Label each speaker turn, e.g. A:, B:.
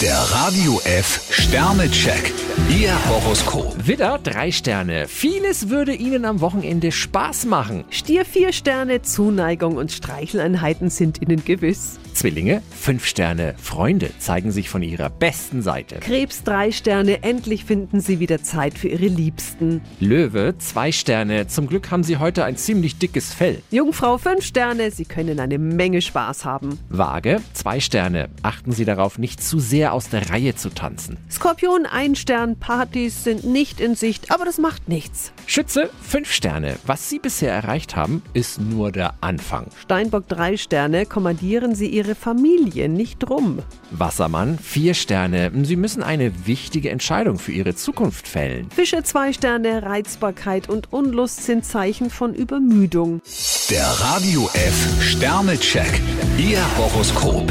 A: Der Radio F Sternecheck. Ihr Horoskop.
B: Widder, drei Sterne. Vieles würde Ihnen am Wochenende Spaß machen.
C: Stier vier Sterne, Zuneigung und Streicheleinheiten sind Ihnen gewiss.
B: Zwillinge, fünf Sterne. Freunde zeigen sich von ihrer besten Seite.
C: Krebs drei Sterne, endlich finden Sie wieder Zeit für Ihre Liebsten.
B: Löwe, zwei Sterne. Zum Glück haben Sie heute ein ziemlich dickes Fell.
C: Jungfrau fünf Sterne, Sie können eine Menge Spaß haben.
B: Waage, zwei Sterne. Achten Sie darauf, nicht zu sehr aus der Reihe zu tanzen.
C: Skorpion ein Stern, Partys sind nicht in Sicht, aber das macht nichts.
B: Schütze, fünf Sterne. Was Sie bisher erreicht haben, ist nur der Anfang.
C: Steinbock drei Sterne, kommandieren Sie Ihre Familie nicht rum.
B: Wassermann, vier Sterne. Sie müssen eine wichtige Entscheidung für Ihre Zukunft fällen.
C: Fische zwei Sterne, Reizbarkeit und Unlust sind Zeichen von Übermüdung.
A: Der Radio F Sternecheck. Ihr Horoskop.